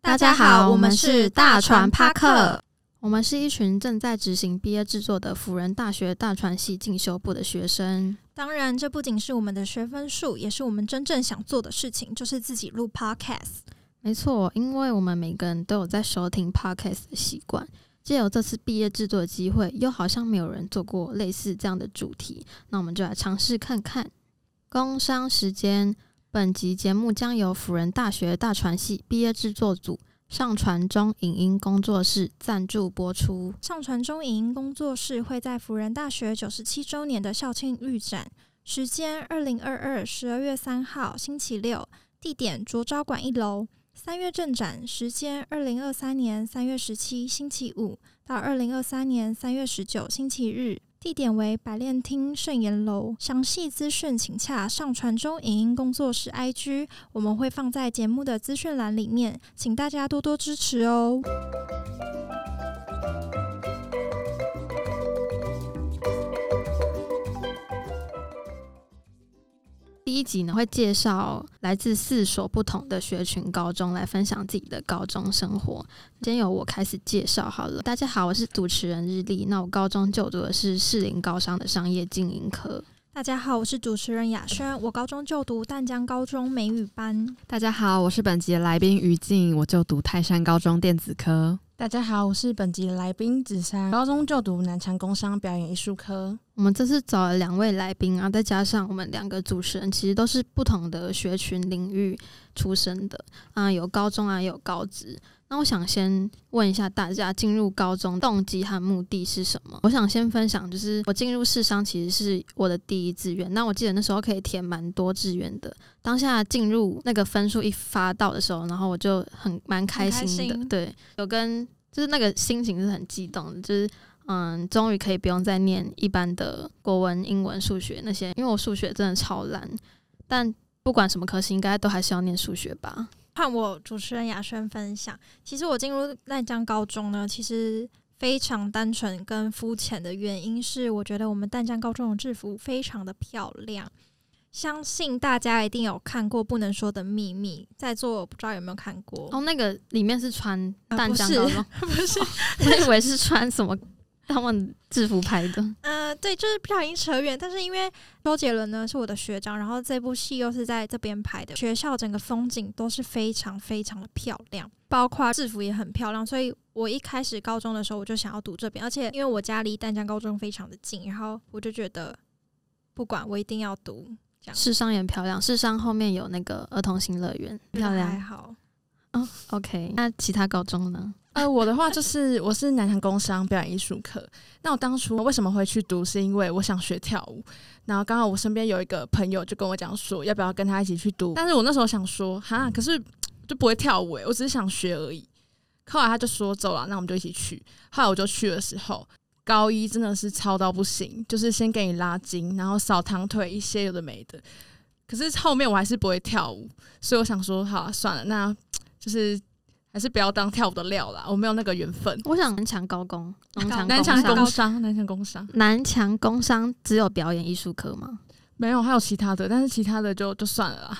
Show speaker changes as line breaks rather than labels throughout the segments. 大家好，我们是大船帕克，我们是一群正在执行毕业制作的辅仁大学大船系进修部的学生。
当然，这不仅是我们的学分数，也是我们真正想做的事情，就是自己录 podcast。
没错，因为我们每个人都有在收听 podcast 的习惯，借由这次毕业制作的机会，又好像没有人做过类似这样的主题，那我们就来尝试看看。工商时间，本集节目将由辅仁大学大传系毕业制作组上传中影音工作室赞助播出。
上传中影音工作室会在辅仁大学九十七周年的校庆预展，时间二零二二十二月三号星期六，地点卓昭馆一楼。三月正展时间二零二三年三月十七星期五到二零二三年三月十九星期日，地点为百炼厅盛宴楼。详细资讯请洽上传中影音工作室 IG，我们会放在节目的资讯栏里面，请大家多多支持哦。
第一集呢，会介绍来自四所不同的学群高中来分享自己的高中生活。先由我开始介绍好了。大家好，我是主持人日历。那我高中就读的是士林高商的商业经营科。
大家好，我是主持人雅轩，我高中就读淡江高中美语班。
大家好，我是本集的来宾于静，我就读泰山高中电子科。
大家好，我是本集的来宾子珊，高中就读南强工商表演艺术科。
我们这次找了两位来宾啊，再加上我们两个主持人，其实都是不同的学群领域出身的啊，有高中啊，也有高职。那我想先问一下大家，进入高中动机和目的是什么？我想先分享，就是我进入世商其实是我的第一志愿。那我记得那时候可以填蛮多志愿的，当下进入那个分数一发到的时候，然后我就很蛮开心的，
很开心
对，有跟就是那个心情是很激动的，就是嗯，终于可以不用再念一般的国文、英文、数学那些，因为我数学真的超烂。但不管什么科系，应该都还是要念数学吧。
换我主持人雅轩分享，其实我进入淡江高中呢，其实非常单纯跟肤浅的原因是，我觉得我们淡江高中的制服非常的漂亮。相信大家一定有看过《不能说的秘密》，在座我不知道有没有看过。
哦，那个里面是穿
啊
淡
不
江
是
高中， 不是，我以为是穿什么他们制服拍的。
呃，对，就是不小心扯远，但是因为周杰伦呢是我的学长，然后这部戏又是在这边拍的，学校整个风景都是非常非常的漂亮，包括制服也很漂亮，所以我一开始高中的时候我就想要读这边，而且因为我家离淡江高中非常的近，然后我就觉得不管我一定要读，
世商也很漂亮，世商后面有那个儿童新乐园，漂
还
亮。
好。
哦，OK，那其他高中呢？
呃，我的话就是我是南强工商表演艺术科。那我当初为什么会去读，是因为我想学跳舞。然后刚好我身边有一个朋友就跟我讲说，要不要跟他一起去读？但是我那时候想说，哈，可是就不会跳舞、欸，我只是想学而已。后来他就说走了，那我们就一起去。后来我就去的时候，高一真的是超到不行，就是先给你拉筋，然后扫堂腿一些有的没的。可是后面我还是不会跳舞，所以我想说，好、啊、算了，那就是还是不要当跳舞的料啦，我没有那个缘分。
我想南强高工，南强
南
工
强
商
工商，南强工商
南强工商只有表演艺术科 吗？
没有，还有其他的，但是其他的就就算了啦，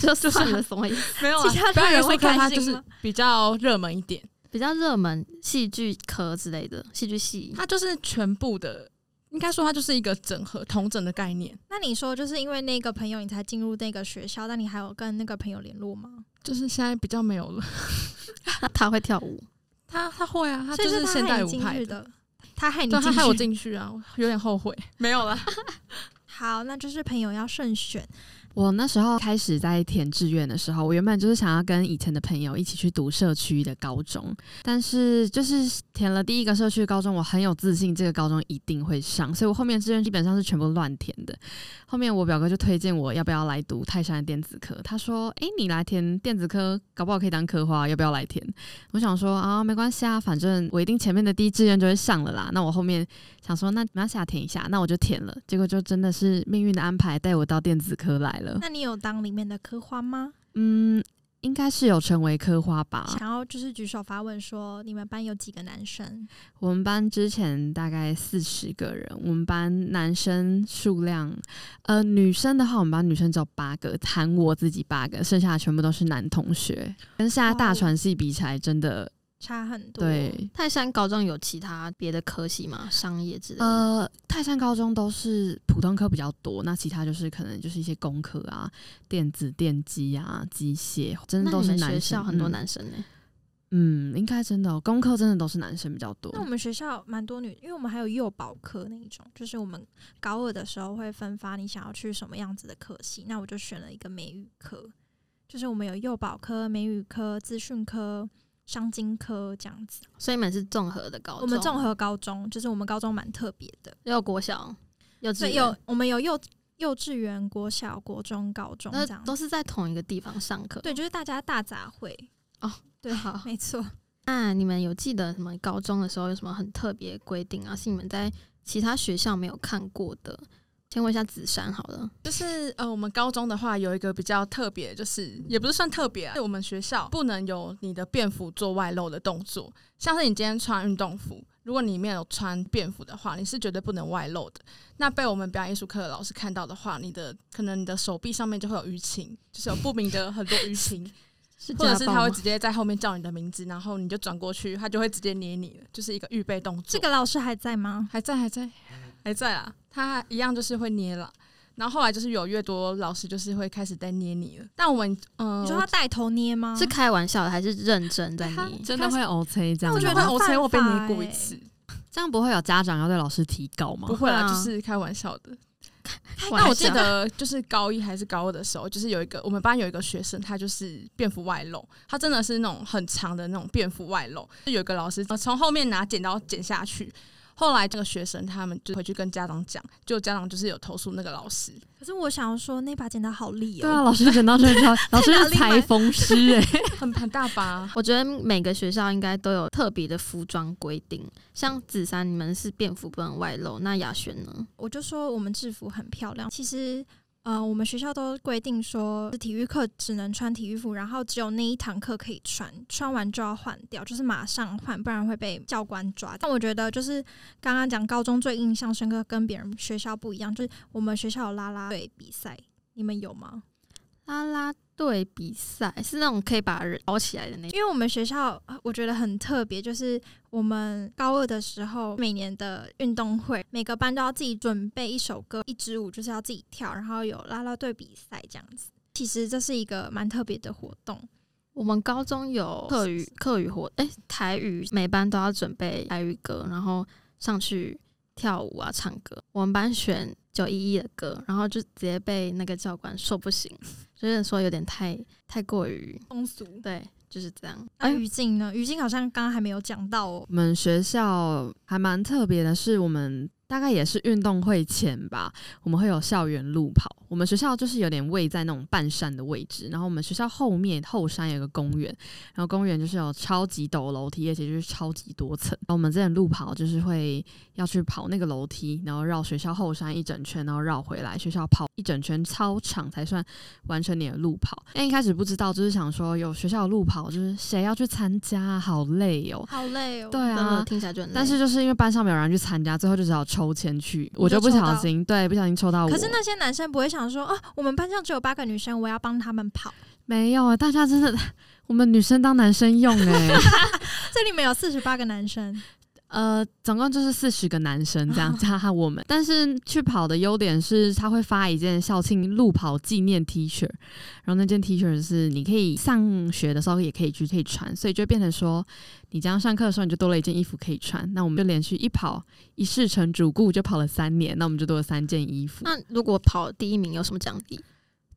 就算了，什么意思？
没有啊。
其他的
表演
人
艺术
会
科
开
它
心
就是
吗
比较热门一点，
比较热门戏剧科之类的戏剧系，
它就是全部的，应该说它就是一个整合同整的概念，
那你说，就是因为那个朋友你才进入那个学校，但你还有跟那个朋友联络吗？
就是现在比较没有了。
那他会跳舞，
他他会啊，他
所
就
以他
是现
害
代
你
舞
进
派
去，的，他害你
对，
进
他害我
去
进去啊，我有点后悔。没有啦，
好，那就是朋友要慎选。
我那时候开始在填志愿的时候，我原本就是想要跟以前的朋友一起去读社区的高中，但是就是填了第一个社区高中，我很有自信这个高中一定会上，所以我后面志愿基本上是全部乱填的。后面我表哥就推荐我要不要来读泰山的电子科，他说：“诶，你来填电子科，搞不好可以当科花，要不要来填？”我想说啊，没关系啊，反正我一定前面的第一志愿就会上了啦。那我后面想说，那马下填一下，那我就填了，结果就真 的是命运的安排带我到电子科来了。
那你有当里面的科花吗？
嗯，应该是有成为科花
啊
吧。
想要就是举手发问说，你们班有几个男生？
我们班之前大概四十个人，我们班男生数量，呃，女生的话，我们班女生只有八个，含我自己八个，剩下的全部都是男同学。跟现在大传系比起来，真的
差很多。，
对。
泰山高中有其他别的科系吗？商业之类的？
呃，泰山高中都是普通科比较多，那其他就是可能就是一些工科啊、电子、电机啊、机械，真
那
的都
你
是
们
男
学
生。
校很多
嗯
男生呢、
嗯，应该真的、哦，功课真的都是男生比较多
那。我们学校蛮多女，因为我们还有幼保科那一种，就是我们高二的时候会分发你想要去什么样子的科系，那我就选了一个美语科，就是我们有幼保科、美语科、资讯科、商经科这样子。
所以你们是综合的高中，
我们综合高中，就是我们高中蛮特别的，
也有国小、幼稚
所以
园，
有我们有幼幼稚园、国小、国中、高中
那
这样
都
子。
是在同一个地方上课。
对，就是大家大杂烩
哦，
对
好，
没错。
那你们有记得什么高中的时候有什么很特别的规定啊？是你们在其他学校没有看过的？先问一下子珊好了，
就是呃，我们高中的话有一个比较特别，就是也不是算特别、啊，我们学校不能有你的便服做外露的动作，像是你今天穿运动服，如果你没有穿便服的话，你是绝对不能外露的。那被我们表演艺术课的老师看到的话，你的可能你的手臂上面就会有淤青，就是有不明的 很多淤青，
是
或者是
家暴
他会
吗
直接在后面叫你的名字，然后你就转过去，他就会直接捏你了，就是一个预备动作。
这个老师还在吗？
还在，还在，
嗯
还在啊！他一样就是会捏了。然后后来就是有越多老师就是会开始在捏你了。但我们，嗯、
你说他带头捏吗？
是开玩笑的还是认真在捏？
真的会 OK 这
那
样吗？
我觉得
我曾
很
我被
犯
捏
法
过一
欸
次，
这样不会有家长要对老师提告吗
不？会
会
啦，
啊
就是开玩笑的。
开玩
但
笑
我记得就是高一还是高二的时候，就是有一个我们班有一个学生，他就是便服外露，他真的是那种很长的那种便服外露。就有一个老师呃从后面拿剪刀剪下去。后来这个学生他们就回去跟家长讲，就家长就是有投诉那个 老师，
可是我想要说，那把剪刀好利
对啊，
哦。
老师剪刀真的超，老师是裁缝师哎、
很很大吧，
我觉得每个学校应该都有特别的服装规定，像子珊你们是便服不能外露，那雅璇呢？
我就说我们制服很漂亮。其实，呃，我们学校都规定说，体育课只能穿体育服，然后只有那一堂课可以穿，穿完就要换掉，就是马上换，不然会被教官抓。但我觉得，就是刚刚讲高中最印象深刻，跟别人学校不一样，就是我们学校有啦啦队比赛，你们有吗？
啦啦队比赛是那种可以把人包起来的那种，
因为我们学校呃我觉得很特别，就是我们高二的时候，每年的运动会，每个班都要自己准备一首歌、一支舞，就是要自己跳，然后有啦啦队比赛这样子。其实这是一个蛮特别的活动，
我们高中有课语课语活，哎、台语每班都要准备台语歌，然后上去跳舞啊，唱歌。我们班选九一一的歌，然后就直接被那个教官说不行， 就是说有点太太过于
风俗。
对，就是这样。
那
哎、
于静呢？于静好像刚刚还没有讲到哦。
我们学校还蛮特别的是，我们大概也是运动会前吧，我们会有校园路跑。我们学校就是有点位在那种半山的位置，然后我们学校后面后山有个公园，然后公园就是有超级陡楼梯，而且就是超级多层。然后我们之前路跑就是会要去跑那个楼梯，然后绕学校后山一整圈，然后绕回来学校跑一整圈操场才算完成你的路跑。但一开始不知道，就是想说有学校的路跑，就是谁要去参加啊，好累哦。
好累哦。
对
真的
啊，
听起来就很累
但是就是因为班上没有人去参加，最后就只好抽签去，我
就
就不
抽
小
到
心对不小心抽到我。
可是那些男生不会想说，哦，我们班上只有八个女生，我要帮他们跑。
没有啊，大家真的我们女生当男生用哎、
这里面有四十八个男生，
呃，总共就是四十个男生这 样加上我们，但是去跑的优点是他会发一件校庆路跑纪念 T 恤，然后那件 T 恤是你可以上学的时候也可以去可以穿，所以就变成说你这样上课的时候你就多了一件衣服可以穿。那我们就连续一跑一试成主顾就跑了三年，那我们就多了三件衣服。
那如果跑第一名有什么奖励？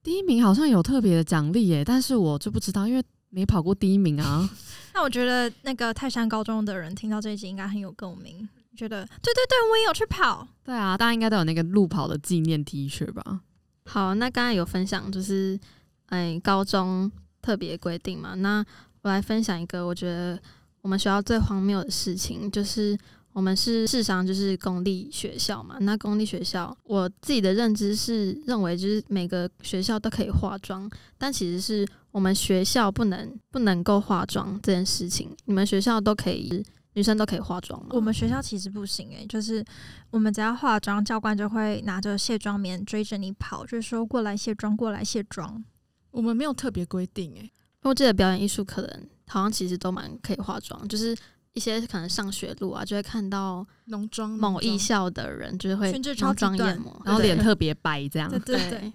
第一名好像有特别的奖励耶，但是我就不知道，因为没跑过第一名啊。
那我觉得那个泰山高中的人听到这一集应该很有共鸣，觉得对对对，我也有去跑。
对啊，大家应该都有那个路跑的纪念 T 恤吧？
好，那刚才有分享就是，哎，高中特别规定嘛。那我来分享一个我觉得我们学校最荒谬的事情，就是我们是市商，就是公立学校嘛。那公立学校，我自己的认知是认为，就是每个学校都可以化妆，但其实是我们学校不能不能够化妆这件事情。你们学校都可以，女生都可以化妆吗？
我们学校其实不行诶、就是我们只要化妆，教官就会拿着卸妆棉追着你跑，就是说过来卸妆，过来卸妆。
我们没有特别规定欸
因
诶、
为我记得表演艺术可能好像其实都蛮可以化妆，就是一些可能上学路啊，就会看到
浓妆
嗯
某艺
艺
校的人，就是会
裙子超
浓
级
妆
短
艳抹，
然后脸
对
特别白这样
对。对对，
嗯对，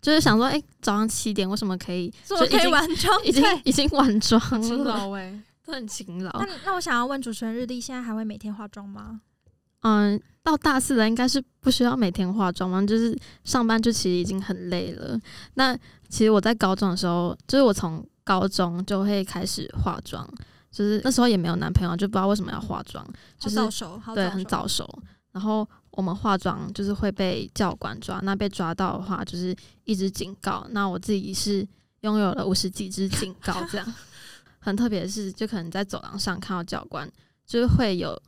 就是想说，哎、早上七点为什么可以
所以我
就已
可以
经
完妆。
已经
哦对，
已经晚妆
勤
了，
劳诶，
都 很勤
那
劳。
那我想要问主持人，日历现在还会每天化妆吗？
嗯，到大四了应该是不需要每天化妆嘛，就是上班就其实已经很累了。那其实我在高中的时候，就是我从高中就会开始化妆，就是那时候也没有男朋友，就不知道为什么要化妆，
好
就是
早熟，好
对，
熟
很早熟。然后我们化妆就是会被教官抓，那被抓到的话就是一直警告。那我自己是拥有了五十几支警告，这样很特别的是，就可能在走廊上看到教官，就是会有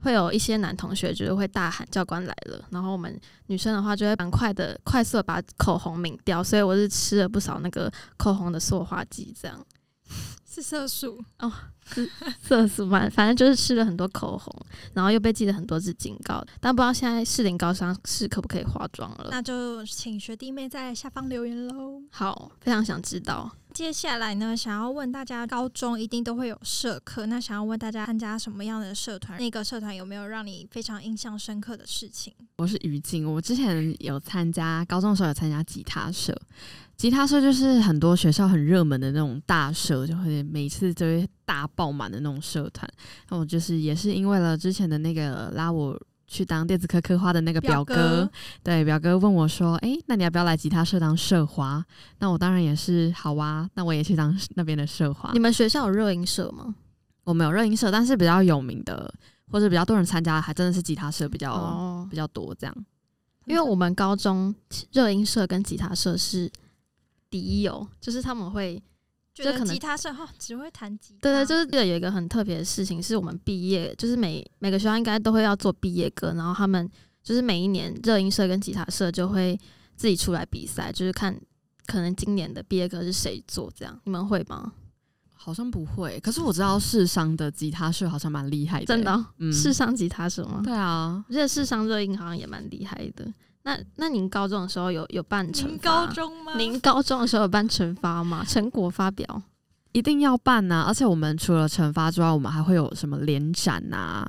会有一些男同学就是会大喊教官来了，然后我们女生的话就会蛮快的快速的把口红抿掉，所以我是吃了不少那个口红的塑化剂，这样
是色素。
色素嘛，反正就是吃了很多口红，然后又被记了很多次警告，但不知道现在士林高商是可不可以化妆了。
那就请学弟妹在下方留言喽。
好，非常想知道。
接下来呢，想要问大家，高中一定都会有社课，那想要问大家参加什么样的社团？那个社团有没有让你非常印象深刻的事情？
我是于静，我之前有参加高中的时候有参加吉他社，吉他社就是很多学校很热门的那种大社，就会每次都会大爆满的那种社团。那我就是也是因为了之前的那个拉我去当电子科科花的那个表哥，
哥，
对表哥问我说：“诶，那你要不要来吉他社当社花？”那我当然也是好啊，那我也去当那边的社花
你。们学校有热音社吗？
我们有热音社，但是比较有名的或者比较多人参加的，还真的是吉他社比较、
哦，
比较多这样。
因为我们高中热音社跟吉他社是敌友，就是他们会
觉得
这可能
吉他社哦，只会弹吉他，
对对，就是记得有一个很特别的事情，是我们毕业，就是每每个学校应该都会要做毕业歌，然后他们就是每一年热音社跟吉他社就会自己出来比赛，就是看可能今年的毕业歌是谁做这样，你们会吗？
好像不会，可是我知道世商的吉他社好像蛮厉害的、
真的、
欸
哦，
嗯
世上吉他社吗？
对啊，
我记得世上热音好像也蛮厉害的。那那您高中的时候有有办
您
惩
高
罚？
中吗？
您高中的时候有办惩罚吗？成果发表
一定要办呐、而且我们除了惩罚之外，我们还会有什么联展呐、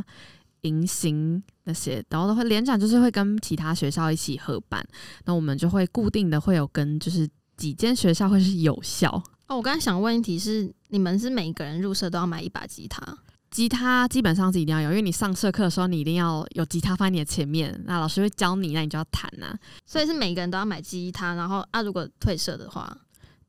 迎新那些，然后都会联展就是会跟其他学校一起合办，那我们就会固定的会有跟就是几间学校会是有效。
哦，我刚才想问一题是，你们是每个人入社都要买一把吉他？
吉他基本上是一定要有，因为你上社课的时候，你一定要有吉他放在你的前面，那老师会教你，那你就要弹啊。
所以是每个人都要买吉他，然后啊，如果退社的话，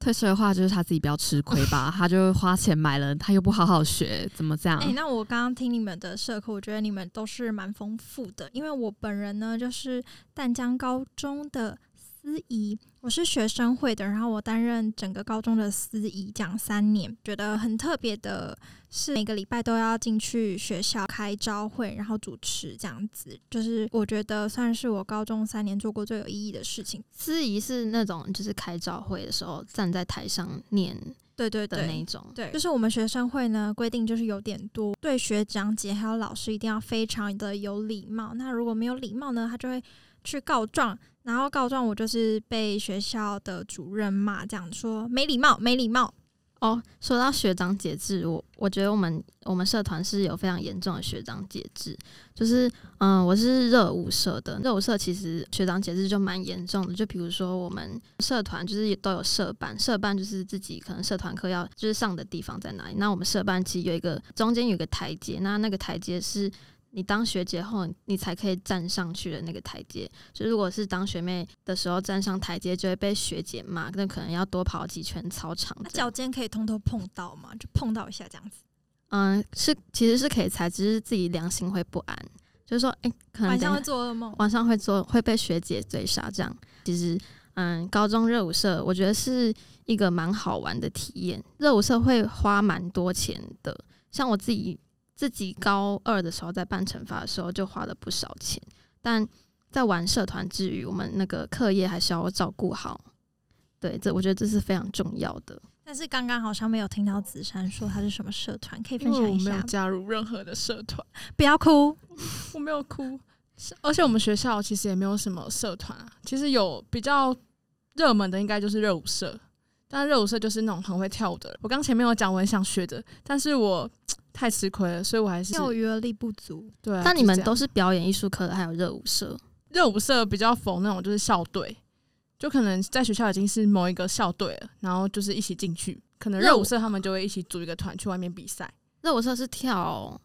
退社的话，就是他自己不要吃亏 吧，他就花钱买了，他又不好好学，怎么这样？
哎、那我刚刚听你们的社课，我觉得你们都是蛮丰富的。因为我本人呢，就是淡江高中的司仪，我是学生会的，然后我担任整个高中的司仪，讲三年，觉得很特别的是，每个礼拜都要进去学校开招会，然后主持这样子，就是我觉得算是我高中三年做过最有意义的事情。
司仪是那种就是开招会的时候站在台上念
对对
的
对，
那一种。
对，就是我们学生会呢规定就是有点多，对学长姐还有老师一定要非常的有礼貌。那如果没有礼貌呢，他就会去告状，然后告状我就是被学校的主任骂，这样说没礼貌，没礼貌。
哦，说到学长节制，我我觉得我们我们社团是有非常严重的学长节制，就是嗯，我是热舞社的，热舞社其实学长节制就蛮严重的，就比如说我们社团就是也都有社办，社办就是自己可能社团课要就是上的地方在哪里，那我们社办其实有一个中间有一个台阶，那那个台阶是。你当学姐后，你才可以站上去的那个台阶。就如果是当学妹的时候站上台阶，就会被学姐骂，那可能要多跑几圈操场
那
这样。
脚尖可以通通碰到吗？就碰到一下这样子，
嗯，是其实是可以猜，只是自己良心会不安，就是说，哎、可
嗯
能
晚上
等
会
一
啊
下
做噩
哦
梦。
晚上会做会被学姐追杀这样。其实，嗯，高中热舞社我觉得是一个蛮好玩的体验，热舞社会花蛮多钱的，像我自己。自己高二的时候在办惩罚的时候就花了不少钱，但在玩社团之余，我们那个课业还是要照顾好。对，这我觉得这是非常重要的。
但是刚刚好像没有听到子珊说她是什么社团，可以
因
分
为
享
我
一
没有
下。
加入任何的社团，
不要哭，
我没有哭。是而且我们学校其实也没有什么社团啊，其实有比较热门的应该就是热舞社，但热舞社就是那种很会跳舞的人。我刚前面有讲我很想学的，但是我太吃亏了，所以我还是
有余而力不足。
对啊、
但你
就
们
这样
都是表演艺术科的，还有热舞社，
热舞社比较否那种就是校队，就可能在学校已经是某一个校队了，然后就是一起进去。可能热
热舞
舞社他们就会一起组一个团去外面比赛，
热舞社是跳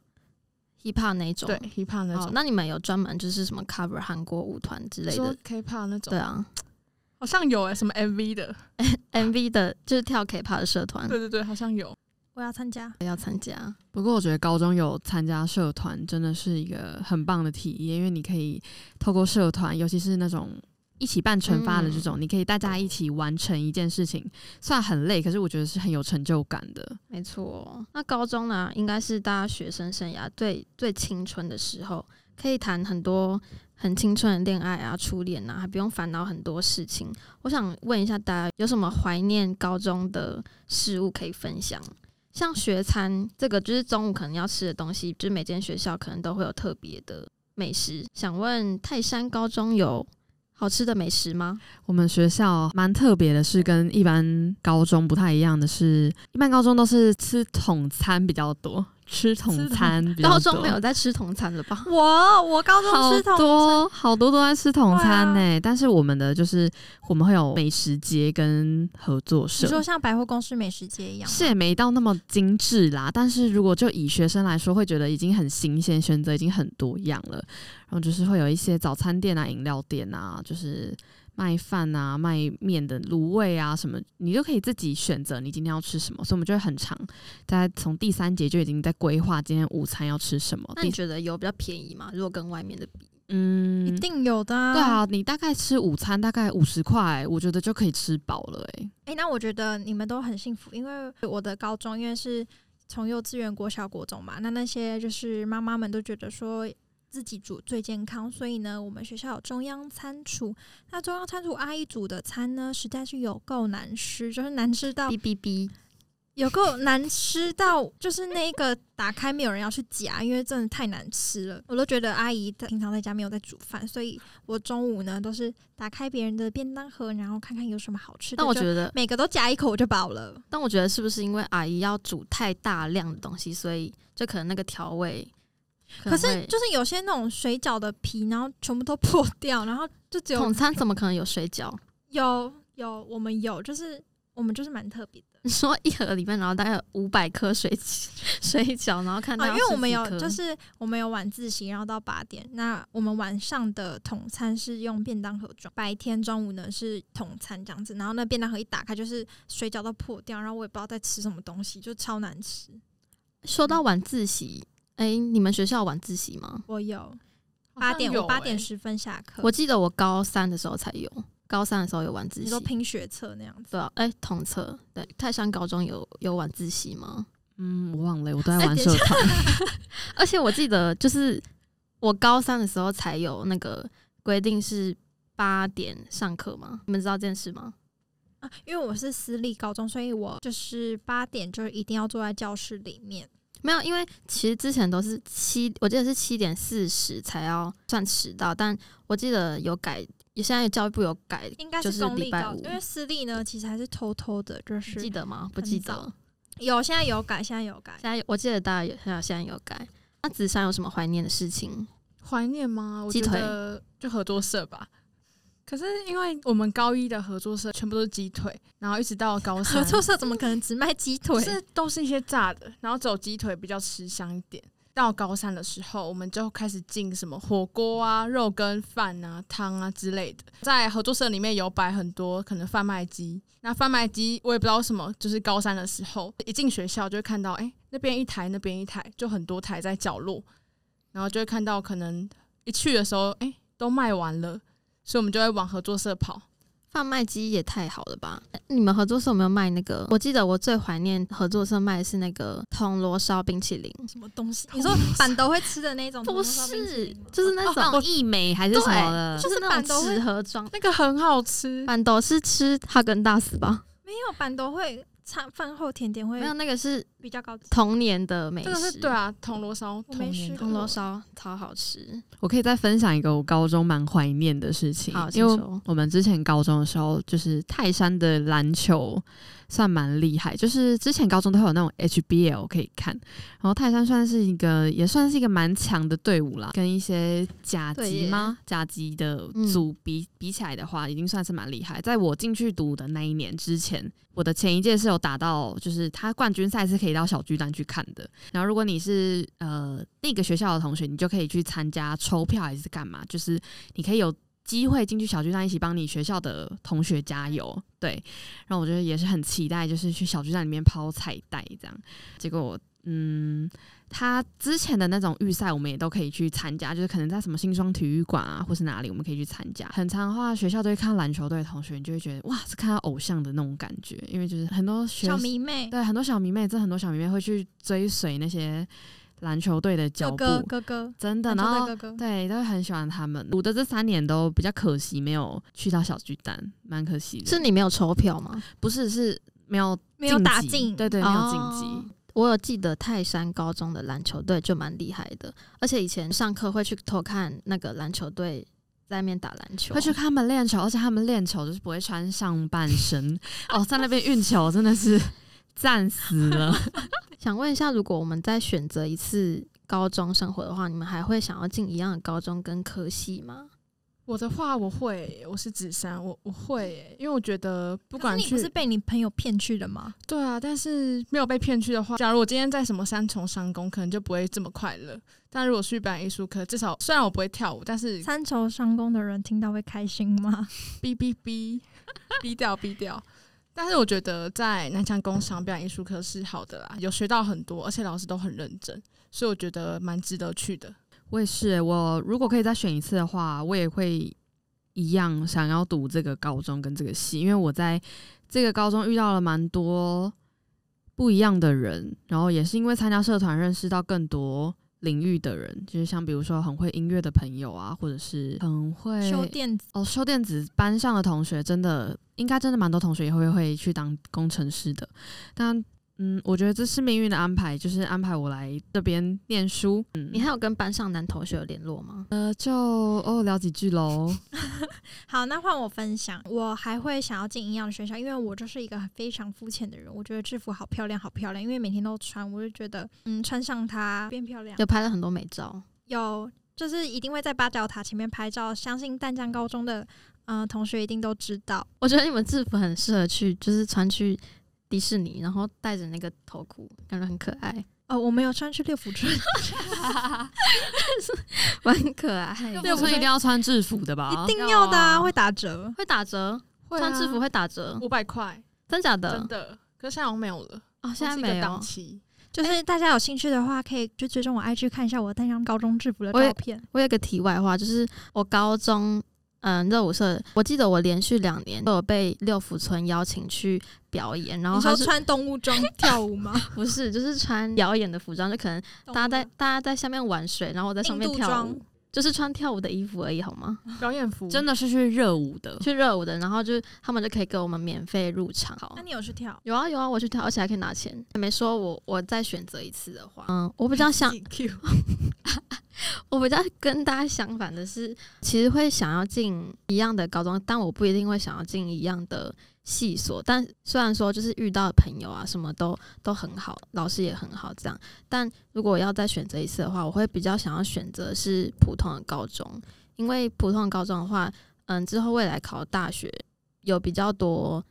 hiphop 那一种。
对 hiphop 那
哦
种，，
那你们有专门就是什么 cover 韩国舞团之类
说
的？
K-pop 那
对
种，
啊
好像有哎、什么 MV 的，
，MV 的就是跳 K-pop 的社团
对对对，好像有。
我要参 加，
要参加。
不过我觉得高中有参加社团真的是一个很棒的体验，因为你可以透过社团，尤其是那种一起办惩罚的这
嗯
种，你可以大家一起完成一件事情，虽然很累，可是我觉得是很有成就感的。
没错，那高中呢、应该是大家学生生涯最最青春的时候，可以谈很多很青春的恋爱啊、初恋啊，还不用烦恼很多事情。我想问一下大家，有什么怀念高中的事物可以分享？像学餐这个，就是中午可能要吃的东西，就是每间学校可能都会有特别的美食。想问泰山高中有好吃的美食吗？
我们学校蛮特别的是，跟一般高中不太一样的是，一般高中都是吃统餐比较多，吃统餐比较
高
多。
中没有在吃统餐了吧？
我我高中
好
哦吃同
多好多都在吃统餐呢、
对啊
但是我们的就是我们会有美食街跟合作
你说
社。
像百货公司美食街一样吗，
是也没到那么精致啦，但是如果就以学生来说，会觉得已经很新鲜，选择已经很多样了。然后就是会有一些早餐店啊、饮料店啊，就是卖饭啊、卖面的卤味啊什么，你就可以自己选择你今天要吃什么。所以我们就会很长，大概从第三节就已经在规划今天午餐要吃什么。
那你
第
觉得有比较便宜吗？如果跟外面的比？
嗯，
一定有的、啊。
对啊，你大概吃午餐大概五十块，我觉得就可以吃饱了、欸。
诶，那我觉得你们都很幸福，因为我的高中因为是从幼稚园、国小、国中嘛，那那些就是妈妈们都觉得说自己煮最健康，所以呢，我们学校有中央餐厨，那中央餐厨阿姨煮的餐呢，实在是有够难吃，就是难吃到
哔哔哔，
有够难吃到，就是那个打开没有人要去夹，因为真的太难吃了。我都觉得阿姨在平常在家没有在煮饭，所以我中午呢都是打开别人的便当盒，然后看看有什么好吃的。
但我
就
觉得，
每个都夹一口就饱了。
但我觉得是不是因为阿姨要煮太大量的东西，所以就可能那个调味
可
能
是
会
就是有些那种水饺的皮，然后全部都破掉，然后就只有
统餐怎么可能有水饺？
有有我们有，就是我们就是蛮特别的
你说一盒里面，然后大概有五百颗水饺水饺，然后看到、
啊，因为我们有就是我们有晚自习，然后到八点。那我们晚上的统餐是用便当盒装，白天中午呢是统餐这样子。然后那便当盒一打开就是水饺都破掉，然后我也不知道在吃什么东西，就超难吃。
说到晚自习，哎、你们学校有晚自习吗？
我有
好像
八点
有
我八
欸
点十分下课，
我记得我高三的时候才有，高三的时候有晚自
你
习
说。拼学测那样子。
对啊，哎、统测对泰山高中有有晚自习吗？
嗯，我忘了，我都在
哎等
玩
一
社团。
而且我记得，就是我高三的时候才有那个规定是八点上课嘛，你们知道这件事吗？
啊，因为我是私立高中，所以我就是八点就是一定要坐在教室里面。
没有，因为其实之前都是七，我记得是七点四十才要算迟到，但我记得有改，也现在教育部有改，
应该
就是是
公
礼
立
拜
高，
五
因为私立呢其实还是偷偷的，就
你记
是
得吗？不
很
记
早
得，
有现在有改，现在有改。
现在我记得大家有现在现在有改。那子珊有什么怀念的事情？
怀念吗？我
鸡
觉
腿
得就合作社吧。可是因为我们高一的合作社全部都是鸡腿，然后一直到高三，
合作社怎么可能只卖鸡腿
就？是都是一些炸的，然后走鸡腿比较吃香一点。到高三的时候，我们就开始进什么火锅啊、肉羹饭啊、汤啊之类的。在合作社里面有摆很多可能贩卖机，那贩卖机我也不知道为什么，就是高三的时候一进学校就会看到，哎、那边一台，那边一台，就很多台在角落，然后就会看到可能一去的时候，哎、都卖完了，所以我们就会往合作社跑。
贩卖机也太好了吧！你们合作社有没有卖那个？我记得我最怀念合作社卖的是那个铜锣烧冰淇淋，
什么东西？你说板豆会吃的那种？
不是，就是那种、
那种益美哦还是什么的，
就是那
板
种
豆会
纸盒装。
那个很好吃，
板豆是吃哈根达斯吧？
没有板豆会餐饭后甜点会
没有，那个是
比较高级。
童年的美
这个是
食。
对啊，铜锣烧，
我没
童年
吃
的
铜锣烧超好吃，
我可以再分享一个我高中蛮怀念的事情
好，请
因为
说
我们之前高中的时候，就是泰山的篮球算蛮厉害，就是之前高中都会有那种 HBL 可以看，然后泰山算是一个也算是一个蛮强的队伍啦，跟一些甲
对
级
耶
吗？甲级的
嗯
组比、比起来的话，已经算是蛮厉害。在我进去读的那一年之前，我的前一届是有打到，就是他冠军赛是可以到小巨蛋去看的。然后如果你是呃那个学校的同学，你就可以去参加抽票还是干嘛，就是你可以有。机会进去小巨蛋一起帮你学校的同学加油，对。然后我觉得也是很期待，就是去小巨蛋里面抛彩带这样。结果，嗯，他之前的那种预赛，我们也都可以去参加，就是可能在什么新庄体育馆啊，或是哪里，我们可以去参加。很常的话，学校都会看到篮球队的同学，你就会觉得哇，是看到偶像的那种感觉，因为就是很多学
小迷妹，
对很多小迷妹，真的很多小迷妹会去追随那些篮球队的脚
哥
步，
哥哥哥，
真的。
板
然
豆
后
会哥哥，
对，都很喜欢他们。我的这三年都比较可惜，没有去到小巨蛋，蛮可惜的。
是你没有抽票吗？
不是是没有
没有打
级
进，
对对，没有晋级。
哦我有记得泰山高中的篮球队就蛮厉害的，而且以前上课会去偷看那个篮球队在那边打篮球，
会去看他们练球，而且他们练球就是不会穿上半 身哦，在那边运球真的是赞死了。
想问一下，如果我们再选择一次高中生活的话，你们还会想要进一样的高中跟科系吗？
我的话，我会，我是紫珊，我我会耶，因为我觉得不
不
管
你不
去
是被你朋友骗去的吗？
对啊，但是没有被骗去的话，假如我今天在什么三重商工，可能就不会这么快乐。但如果去表演艺术课，至少虽然我不会跳舞，但是
三筹商工的人听到会开心吗？
哔哔哔哔掉哔掉。但是我觉得在南强工商表演艺术课是好的啦，有学到很多，而且老师都很认真，所以我觉得蛮值得去的。
我也是，我如果可以再选一次的话，我也会一样想要读这个高中跟这个系，因为我在这个高中遇到了蛮多不一样的人，然后也是因为参加社团认识到更多领域的人，就是像比如说很会音乐的朋友啊，或者是很会
修电子
哦，修电子班上的同学真的应该真的蛮多同学也会会去当工程师的，但嗯，我觉得这是命运的安排，就是安排我来这边念书。嗯，
你还有跟班上男同学有联络吗？
呃，就哦聊几句喽。
好，那换我分享，我还会想要进营养的学校，因为我就是一个非常肤浅的人，我觉得制服好漂亮，好漂亮，因为每天都穿，我就觉得嗯，穿上它变漂亮。
有拍了很多美照，
有就是一定会在八角塔前面拍照，相信淡江高中的嗯、呃同学一定都知道。
我觉得你们制服很适合去，就是穿去迪士尼，然后戴着那个头箍，感觉很可爱，
哦，我没有穿去六福村，
蛮可爱的。
六村一定要穿制服的吧？
一定要的啊，会打折。
会打折，
会啊
穿制服会打折，
五百块，
真假
真
的？
的。可是现在好像没有了，
哦，现在没
我是一个档
有。
期。
就是大家有兴趣的话，可以就追踪我 IG 看一下我淡江高中制服的
我也
照片。
我有个题外话，就是我高中嗯热舞社，我记得我连续两年都有被六福村邀请去表演，然后
你
他
说
是
穿动物装跳舞 吗？
不是就是穿哦表演的服装，就可能大家在
动物
大家在下面玩水，然后我在上面
印度
跳
装
舞，就是穿跳舞的衣服而已，好吗？
表演服
真的是去热舞的，
去热舞的，然后就是他们就可以给我们免费入场。好
那你有去跳？
有啊有啊，我去跳，而且还可以拿钱。还没说我我再选择一次的话，嗯，我比较想我比较跟大家相反的是，其实会想要进一样的高中，但我不一定会想要进一样的系所。但虽然说就是遇到的朋友啊，什么都都很好，老师也很好，这样。但如果要再选择一次的话，我会比较想要选择是普通的高中，因为普通的高中的话，嗯，之后未来考大学有比较多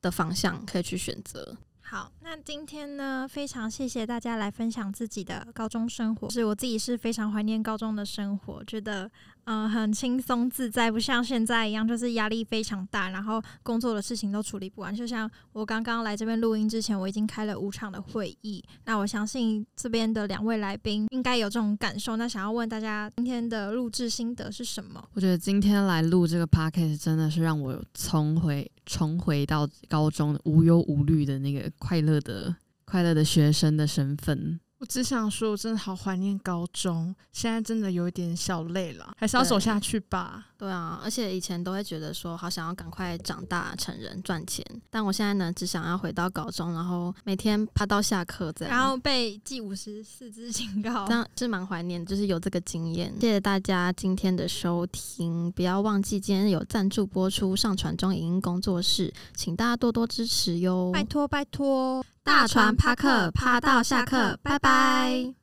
的方向可以去选择。
好，那那今天呢，非常谢谢大家来分享自己的高中生活。是我自己是非常怀念高中的生活，觉得嗯、呃很轻松自在，不像现在一样就是压力非常大，然后工作的事情都处理不完。就像我刚刚来这边录音之前，我已经开了五场的会议。那我相信这边的两位来宾应该有这种感受。那想要问大家今天的录制心得是什么？
我觉得今天来录这个 podcast 真的是让我重回重回到高中无忧无虑的那个快乐的快乐的学生的身份。
我只想说，我真的好怀念高中，现在真的有一点小累了，还是要走下去吧。
对啊，而且以前都会觉得说，好想要赶快长大成人赚钱，但我现在呢，只想要回到高中，然后每天趴到下课这样，
然后被记五十四支警告
这。样是蛮怀念，就是有这个经验。谢谢大家今天的收听，不要忘记今天有赞助播出上传中影音工作室，请大家多多支持哟。
拜托拜托，
大船趴客趴到下课拜拜。